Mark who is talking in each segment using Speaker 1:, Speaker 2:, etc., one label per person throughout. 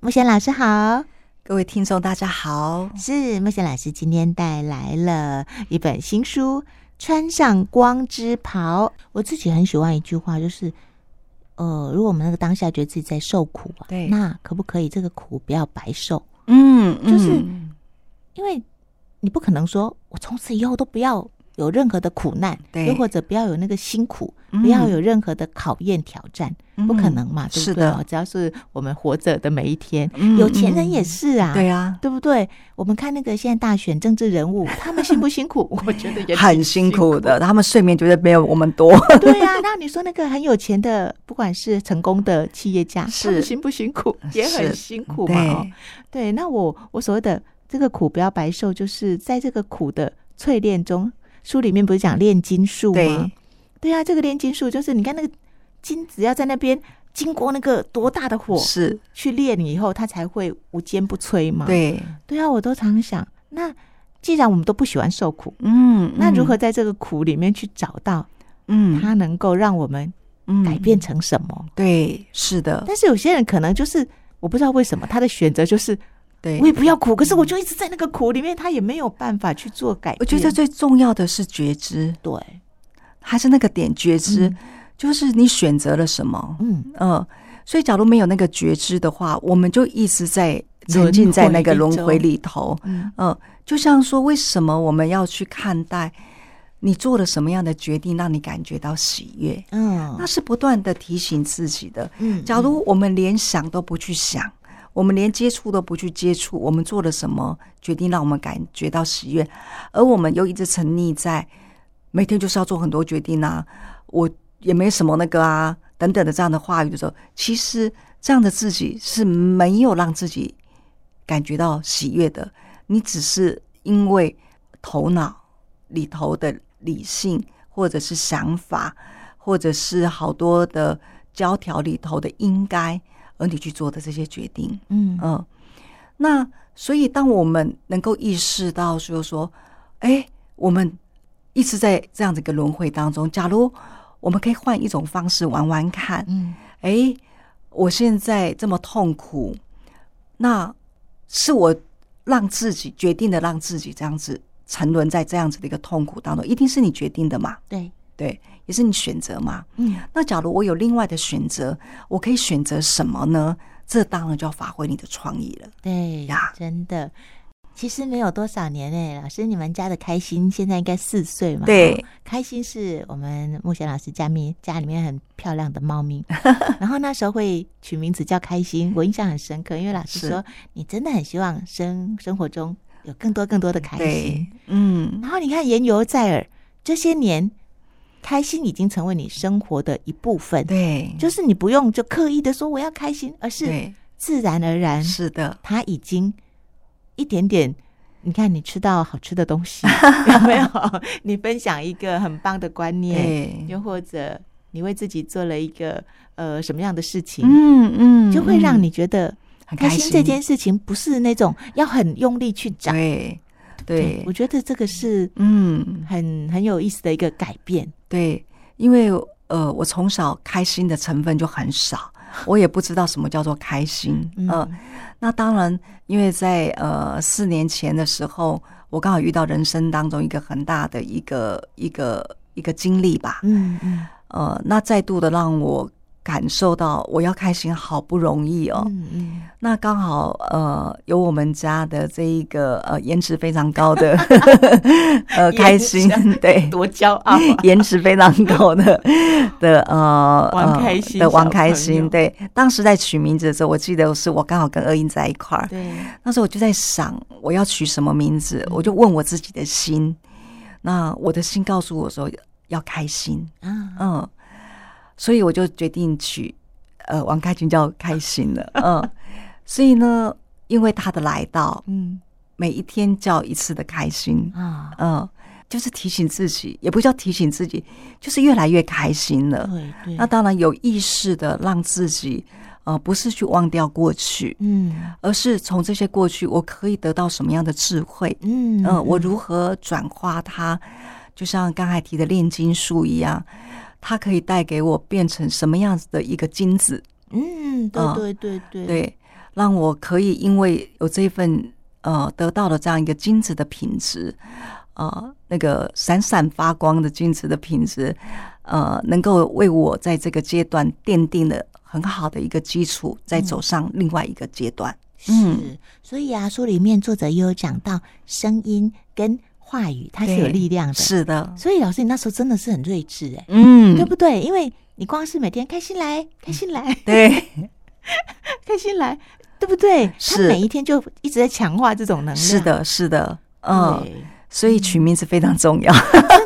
Speaker 1: 木贤老师好，
Speaker 2: 各位听众大家好，
Speaker 1: 是木贤老师今天带来了一本新书《穿上光之袍》。我自己很喜欢一句话，就是呃，如果我们那个当下觉得自己在受苦啊，
Speaker 2: 对
Speaker 1: 那可不可以这个苦不要白受？
Speaker 2: 嗯，
Speaker 1: 就是
Speaker 2: 嗯
Speaker 1: 因为你不可能说我从此以后都不要有任何的苦难，
Speaker 2: 对
Speaker 1: 又或者不要有那个辛苦，
Speaker 2: 嗯
Speaker 1: 不要有任何的考验挑战，不可能嘛，对不
Speaker 2: 是
Speaker 1: 对？
Speaker 2: 的
Speaker 1: 只要是我们活着的每一天，
Speaker 2: 嗯
Speaker 1: 有钱人也是啊，
Speaker 2: 对啊，
Speaker 1: 对不对？我们看那个现在大选政治人 物，他们辛不辛苦？我觉得也挺
Speaker 2: 很辛苦的，他们睡眠绝对没有我们多。
Speaker 1: 对呀、啊，那你说那个很有钱的，不管是成功的企业家，
Speaker 2: 是
Speaker 1: 他们辛不辛苦？也很
Speaker 2: 是
Speaker 1: 辛苦嘛。哦对，那我我所谓的这个苦不要白受，就是在这个苦的淬炼中，书里面不是讲炼金术吗
Speaker 2: 对？
Speaker 1: 对啊，这个炼金术就是你看那个金子要在那边经过那个多大的火
Speaker 2: 对，是，
Speaker 1: 去炼以后，它才会无坚不摧嘛。，
Speaker 2: 对，
Speaker 1: 对啊，我都常想，那既然我们都不喜欢受苦，
Speaker 2: 嗯，
Speaker 1: 那如何
Speaker 2: 嗯？
Speaker 1: 在这个苦里面去找到
Speaker 2: 嗯，
Speaker 1: 它能够让我们
Speaker 2: 嗯
Speaker 1: 改变，成什么？
Speaker 2: 对，是的，
Speaker 1: 但是有些人可能就是我不知道为什么他的选择就是
Speaker 2: 对嗯
Speaker 1: 我。也不要苦，可是我就一直在那个苦里面，他也没有办法去做改变。
Speaker 2: 我觉得最重要的是觉知，
Speaker 1: 对，
Speaker 2: 还是那个点觉知，就是你选择了什么。
Speaker 1: 嗯，
Speaker 2: 嗯，所以假如没有那个觉知的话，我们就一直在沉浸在那个轮回里头。
Speaker 1: 嗯
Speaker 2: 嗯，就像说，为什么我们要去看待你做了什么样的决定，让你感觉到喜悦？那
Speaker 1: 嗯
Speaker 2: 是不断的提醒自己的。
Speaker 1: 嗯
Speaker 2: 假如我们连想都不去想，我们连接触都不去接触，我们做了什么决定让我们感觉到喜悦，而我们又一直沉溺在每天就是要做很多决定啊，我也没什么那个啊等等的这样的话语的时候，其实这样的自己是没有让自己感觉到喜悦的，你只是因为头脑里头的理性或者是想法，或者是好多的教条里头的应该，而你去做的这些决定。
Speaker 1: 嗯
Speaker 2: 嗯，那所以当我们能够意识到，就是说，哎，我们一直在这样子一个轮回当中，假如我们可以换一种方式玩玩看，
Speaker 1: 嗯
Speaker 2: 哎，我现在这么痛苦，那是我让自己决定的，让自己这样子沉沦在这样子的一个痛苦当中，一定是你决定的嘛？
Speaker 1: 对，
Speaker 2: 对，也是你选择嘛？
Speaker 1: 嗯
Speaker 2: 那假如我有另外的选择，我可以选择什么呢？这当然就要发挥你的创意了。
Speaker 1: 对
Speaker 2: 呀
Speaker 1: 真的。其实没有多少年诶、老师，你们家的开心现在应该四岁嘛？
Speaker 2: 对
Speaker 1: 哦开心是我们木贤老师家面家里面很漂亮的猫 咪，然后那时候会取名字叫开心，我印象很深刻，因为老师
Speaker 2: 是
Speaker 1: 说你真的很希望生生活中有更多更多的开心
Speaker 2: 对。，嗯，
Speaker 1: 然后你看言犹在耳，这些年开心已经成为你生活的一部分，
Speaker 2: 对，
Speaker 1: 就是你不用就刻意的说我要开心，而是
Speaker 2: 对，
Speaker 1: 自然而然，
Speaker 2: 是的，
Speaker 1: 它已经一点点。你看，你吃到好吃的东 西有没有？你分享一个很棒的观念，
Speaker 2: 对，
Speaker 1: 又或者你为自己做了一个呃什么样的事情，
Speaker 2: 嗯嗯
Speaker 1: 就会让
Speaker 2: 你
Speaker 1: 你觉得
Speaker 2: 很
Speaker 1: 开
Speaker 2: 开
Speaker 1: 心这件事情不是那种要很用力去找。
Speaker 2: 对对
Speaker 1: 我，觉得这个是
Speaker 2: 嗯，
Speaker 1: 很很有意思的一个改变。
Speaker 2: 对，因为呃，我从小开心的成分就很少，我也不知道什么叫做开心。
Speaker 1: 嗯
Speaker 2: 嗯、那当然，因为在呃四年前的时候，我刚好遇到人生当中一个很大的一个一个一个经历吧。
Speaker 1: 嗯嗯
Speaker 2: 呃，那再度的让我感受到我要开心好不容易哦。
Speaker 1: 嗯嗯，
Speaker 2: 那刚好呃，有我们家的这一个呃颜值非常高的 呃开心
Speaker 1: 颜值，
Speaker 2: 对，
Speaker 1: 多骄傲 啊！
Speaker 2: 颜值非常高的的呃
Speaker 1: 王
Speaker 2: 呃
Speaker 1: 开心
Speaker 2: 的
Speaker 1: 小
Speaker 2: 王开
Speaker 1: 朋友
Speaker 2: 心，对，当时在取名字的时候，我记得是我刚好跟二英在一块儿，
Speaker 1: 对，嗯
Speaker 2: 那时候我就在想我要取什么名字，我就问我自己的心，那我的心告诉我说要开心，
Speaker 1: 啊，
Speaker 2: 嗯，所以我就决定取呃王开心叫开 心了，嗯，所以呢，因为他的来到，
Speaker 1: 嗯
Speaker 2: 每一天叫一次的开心，
Speaker 1: 啊，
Speaker 2: 嗯，就是提醒自己，也不叫提醒自己，就是越来越开心了。
Speaker 1: 对对，
Speaker 2: 那当然有意识的让自己，呃，不是去忘掉过去，
Speaker 1: 嗯
Speaker 2: 而是从这些过去，我可以得到什么样的智慧？
Speaker 1: 嗯
Speaker 2: 嗯，我如何转化它？就像刚才提的炼金术一样，它可以带给我变成什么样子的一个金子？
Speaker 1: 嗯，对
Speaker 2: 嗯
Speaker 1: 对对对，
Speaker 2: 对，让我可以因为有这一份呃得到了这样一个金子的品质，呃，那个闪闪发光的金子的品质，呃，能够为我在这个阶段奠定了很好的一个基础，再
Speaker 1: 嗯
Speaker 2: 走上另外一个阶段。嗯
Speaker 1: 是，所以啊，书里面作者也有讲到声音跟话语，它是有
Speaker 2: 对
Speaker 1: 力量的。，
Speaker 2: 是的，
Speaker 1: 所以老师，你那时候真的是很睿智哎、
Speaker 2: 嗯
Speaker 1: 对，不对？因为你光是每天开心来，开心来，
Speaker 2: 对，
Speaker 1: 开心来，对不对？他
Speaker 2: 是
Speaker 1: 每一天就一直在强化这种能量。
Speaker 2: 是，的，是的，嗯，
Speaker 1: 对，
Speaker 2: 所以取名字非常重要。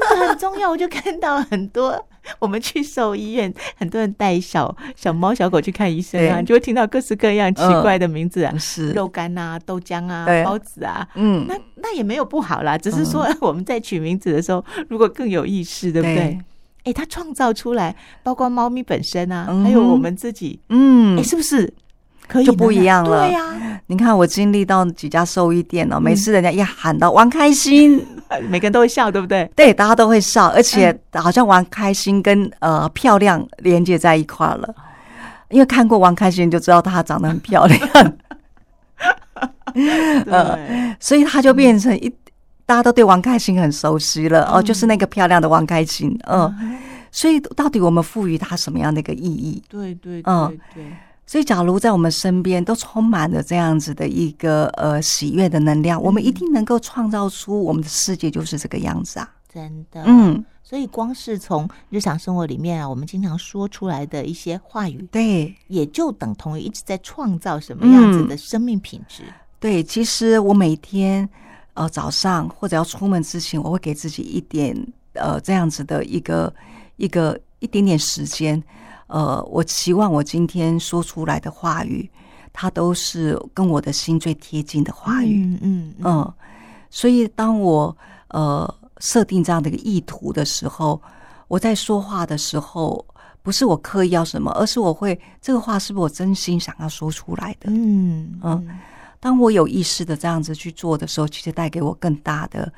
Speaker 1: 真的很重要。我就看到很多。 我们去兽医院，很多人带小小猫、小狗去看医生啊，
Speaker 2: 对
Speaker 1: 你就会听到各式各样奇
Speaker 2: 嗯
Speaker 1: 怪的名字啊，
Speaker 2: 是，
Speaker 1: 肉干啊、豆浆啊
Speaker 2: 对、
Speaker 1: 包子啊，
Speaker 2: 嗯，
Speaker 1: 那那也没有不好啦，只是说 我们在取名字的时候，如果更有意识，对不对？？哎，它创造出来，包括猫咪本身啊，
Speaker 2: 嗯哼
Speaker 1: 还有我们自己，
Speaker 2: 嗯
Speaker 1: 哎，，是不是可以
Speaker 2: 就不一样了
Speaker 1: 对 呀，
Speaker 2: 你看我经历到几家兽医店哦，
Speaker 1: 嗯
Speaker 2: 每次人家一喊到玩开心，
Speaker 1: 每个人都会笑，对不对？
Speaker 2: 对，大家都会笑，而且好像玩开心跟呃漂亮连接在一块儿了。因为看过王开心就知道她长得很漂 亮，
Speaker 1: 对，
Speaker 2: 所以她就变成一，大家都对王开心很熟悉了哦，就是那个漂亮的王开心，嗯，所以到底我们赋予她什么样的一个意义？
Speaker 1: 对对对
Speaker 2: 嗯
Speaker 1: 对，
Speaker 2: 所以，假如在我们身边都充满了这样子的一个呃喜悦的能量，我们一定能够创造出我们的世界就是这个样子啊。
Speaker 1: 真的，
Speaker 2: 嗯，
Speaker 1: 所以光是从日常生活里面啊，我们经常说出来的一些话语，
Speaker 2: 对
Speaker 1: 也就等同于一直在创造什
Speaker 2: 嗯
Speaker 1: 么样子的生命品质。
Speaker 2: 对，其实我每天呃早上或者要出门之前，我会给自己一点呃这样子的一个一个一点点时间，呃，我期望我今天说出来的话语，它都是跟我的心最贴近的话语。
Speaker 1: 嗯嗯嗯，
Speaker 2: 嗯，所以当我呃设定这样的一个意图的时候，我在说话的时候，不是我刻意要什么，而是我会这个话是不是我真心想要说出来的？
Speaker 1: 嗯
Speaker 2: 嗯，当我有意识的这样子去做的时候，其实带给我更大的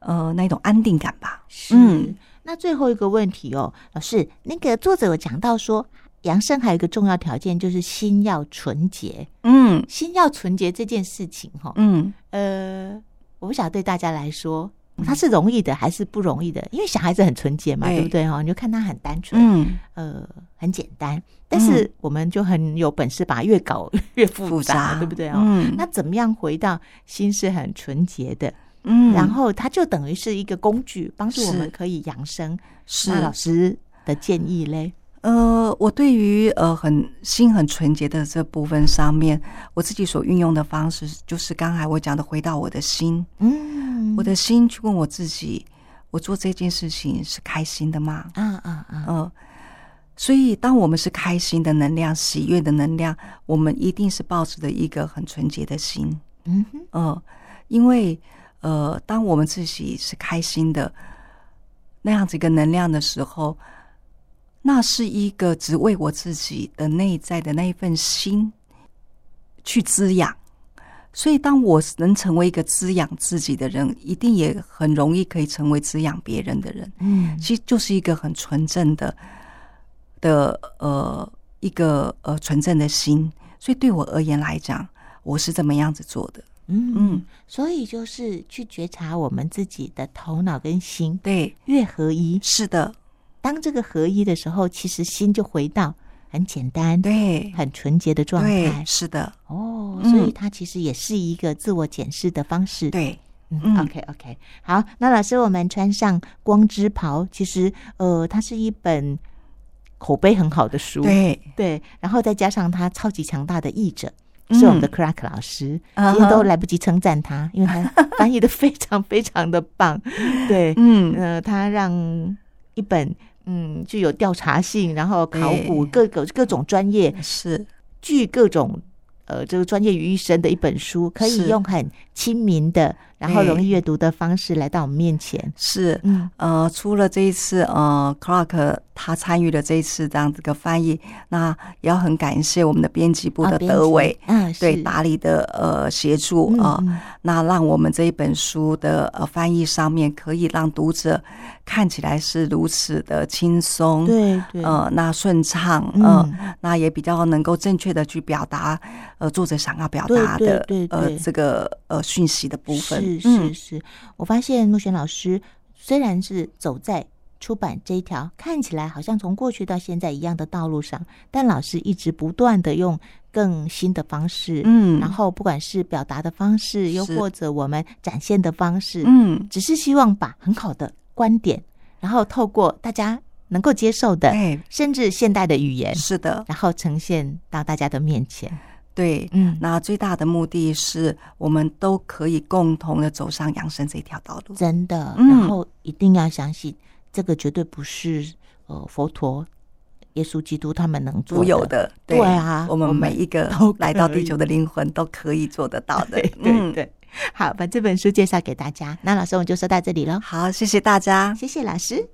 Speaker 2: 呃那种安定感吧。
Speaker 1: 是、
Speaker 2: 嗯
Speaker 1: 那最后一个问题哦，老师，那个作者有讲到说，养生还有一个重要条件就是心要纯洁。
Speaker 2: 嗯
Speaker 1: 心要纯洁这件事情、哦，哈，
Speaker 2: 嗯，
Speaker 1: 呃，我不晓得对大家来说，它是容易的还是不容易的？因为小孩子很纯洁嘛，
Speaker 2: 对
Speaker 1: 对不对？哦哈，你就看他很单纯，
Speaker 2: 嗯，
Speaker 1: 呃，很简单，但是我们就很有本事把它越搞 越复
Speaker 2: 复
Speaker 1: 杂，
Speaker 2: 杂，
Speaker 1: 对不对？哦，
Speaker 2: 嗯，
Speaker 1: 那怎么样回到心是很纯洁的？
Speaker 2: 嗯，
Speaker 1: 然后它就等于是一个工具，帮助我们
Speaker 2: 是
Speaker 1: 可以养生。
Speaker 2: 是
Speaker 1: 那啊老师的建议嘞？
Speaker 2: 呃，我对于呃很心很纯洁的这部分上面，我自己所运用的方式，就是刚才我讲的，回到我的心，
Speaker 1: 嗯
Speaker 2: 我的心去问我自己，我做这件事情是开心的吗？
Speaker 1: 啊啊啊，
Speaker 2: 嗯、所以当我们是开心的能量、喜悦的能量，我们一定是抱着的一个很纯洁的心。
Speaker 1: 嗯哼，
Speaker 2: 嗯，因为呃，当我们自己是开心的那样子一个能量的时候，那是一个只为我自己的内在的那一份心去滋养。所以，当我能成为一个滋养自己的人，一定也很容易可以成为滋养别人的人。
Speaker 1: 嗯
Speaker 2: 其实就是一个很纯正的的呃一个呃纯正的心。所以，对我而言来讲，我是这么样子做的。
Speaker 1: 嗯，
Speaker 2: 嗯，
Speaker 1: 所以就是去觉察我们自己的头脑跟心
Speaker 2: 对，
Speaker 1: 越合一。
Speaker 2: 是的，
Speaker 1: 当这个合一的时候，其实心就回到很简单、
Speaker 2: 对，
Speaker 1: 很纯洁的状态
Speaker 2: 对，。是的，
Speaker 1: 哦，
Speaker 2: 嗯
Speaker 1: 所以它其实也是一个自我检视的方式。
Speaker 2: 对，
Speaker 1: 嗯
Speaker 2: 嗯
Speaker 1: ，OK OK，好，那老师，我们穿上《光之袍》，其实呃，它是一本口碑很好的书，
Speaker 2: 对，
Speaker 1: 对然后再加上他超级强大的译者。是我们的
Speaker 2: 嗯
Speaker 1: Crack 老师，
Speaker 2: 啊
Speaker 1: 其实
Speaker 2: 哈
Speaker 1: 都来不及称赞他，因为 他翻译的非常非常的棒。对，
Speaker 2: 嗯，
Speaker 1: 呃，他让一本嗯具有调查性，然后考古各
Speaker 2: 对
Speaker 1: 个各种专业，
Speaker 2: 是，
Speaker 1: 具各种呃这个专业于一身的一本书，可以
Speaker 2: 是
Speaker 1: 用很亲民的，然后
Speaker 2: 对
Speaker 1: 容易阅读的方式来到我们面前。
Speaker 2: 是，
Speaker 1: 嗯
Speaker 2: 呃，除了这一次，呃，Clark 他参与了这一次这样子个翻译，那也要很感谢我们的编辑部
Speaker 1: 啊
Speaker 2: 的
Speaker 1: 编辑
Speaker 2: 德伟、
Speaker 1: 啊，
Speaker 2: 对
Speaker 1: 是
Speaker 2: 达理的呃协助
Speaker 1: 嗯
Speaker 2: 啊、
Speaker 1: 嗯
Speaker 2: 那让我们这一本书的呃翻译上面可以让读者看起来是如此的轻松，
Speaker 1: 对对，
Speaker 2: 呃，那顺畅，
Speaker 1: 嗯
Speaker 2: 呃，那也比较能够正确的去表达呃作者想要表达
Speaker 1: 对
Speaker 2: 的
Speaker 1: 对对对
Speaker 2: 呃这个呃讯息的部分，
Speaker 1: 是
Speaker 2: 嗯
Speaker 1: 是是，我发现陆璇老师虽然是走在出版这一条看起来好像从过去到现在一样的道路上，但老师一直不断的用更新的方式，
Speaker 2: 嗯
Speaker 1: 然后不管是表达的方式，又
Speaker 2: 是
Speaker 1: 或者我们展现的方式，
Speaker 2: 嗯，
Speaker 1: 只是希望把很好的观点，然后透过大家能够接受的，
Speaker 2: 哎，
Speaker 1: 甚至现代的语言，
Speaker 2: 是的，
Speaker 1: 然后呈现到大家的面前。
Speaker 2: 对。
Speaker 1: 嗯，
Speaker 2: 那最大的目的是我们都可以共同的走上养生这条道路。
Speaker 1: 真的，
Speaker 2: 嗯
Speaker 1: 然后一定要相信，这个绝对不是呃佛陀、耶稣基督他们能做
Speaker 2: 独有。的，
Speaker 1: 对啊
Speaker 2: 我
Speaker 1: 我
Speaker 2: 们
Speaker 1: 们
Speaker 2: 每一个
Speaker 1: 都可
Speaker 2: 来到
Speaker 1: 以
Speaker 2: 地球的灵魂都可以做得到的
Speaker 1: 对。
Speaker 2: 嗯
Speaker 1: 对，对，好，把这本书介绍给大家。那老师，我们就说到这里喽，
Speaker 2: 好，谢谢大家。
Speaker 1: 谢谢老师。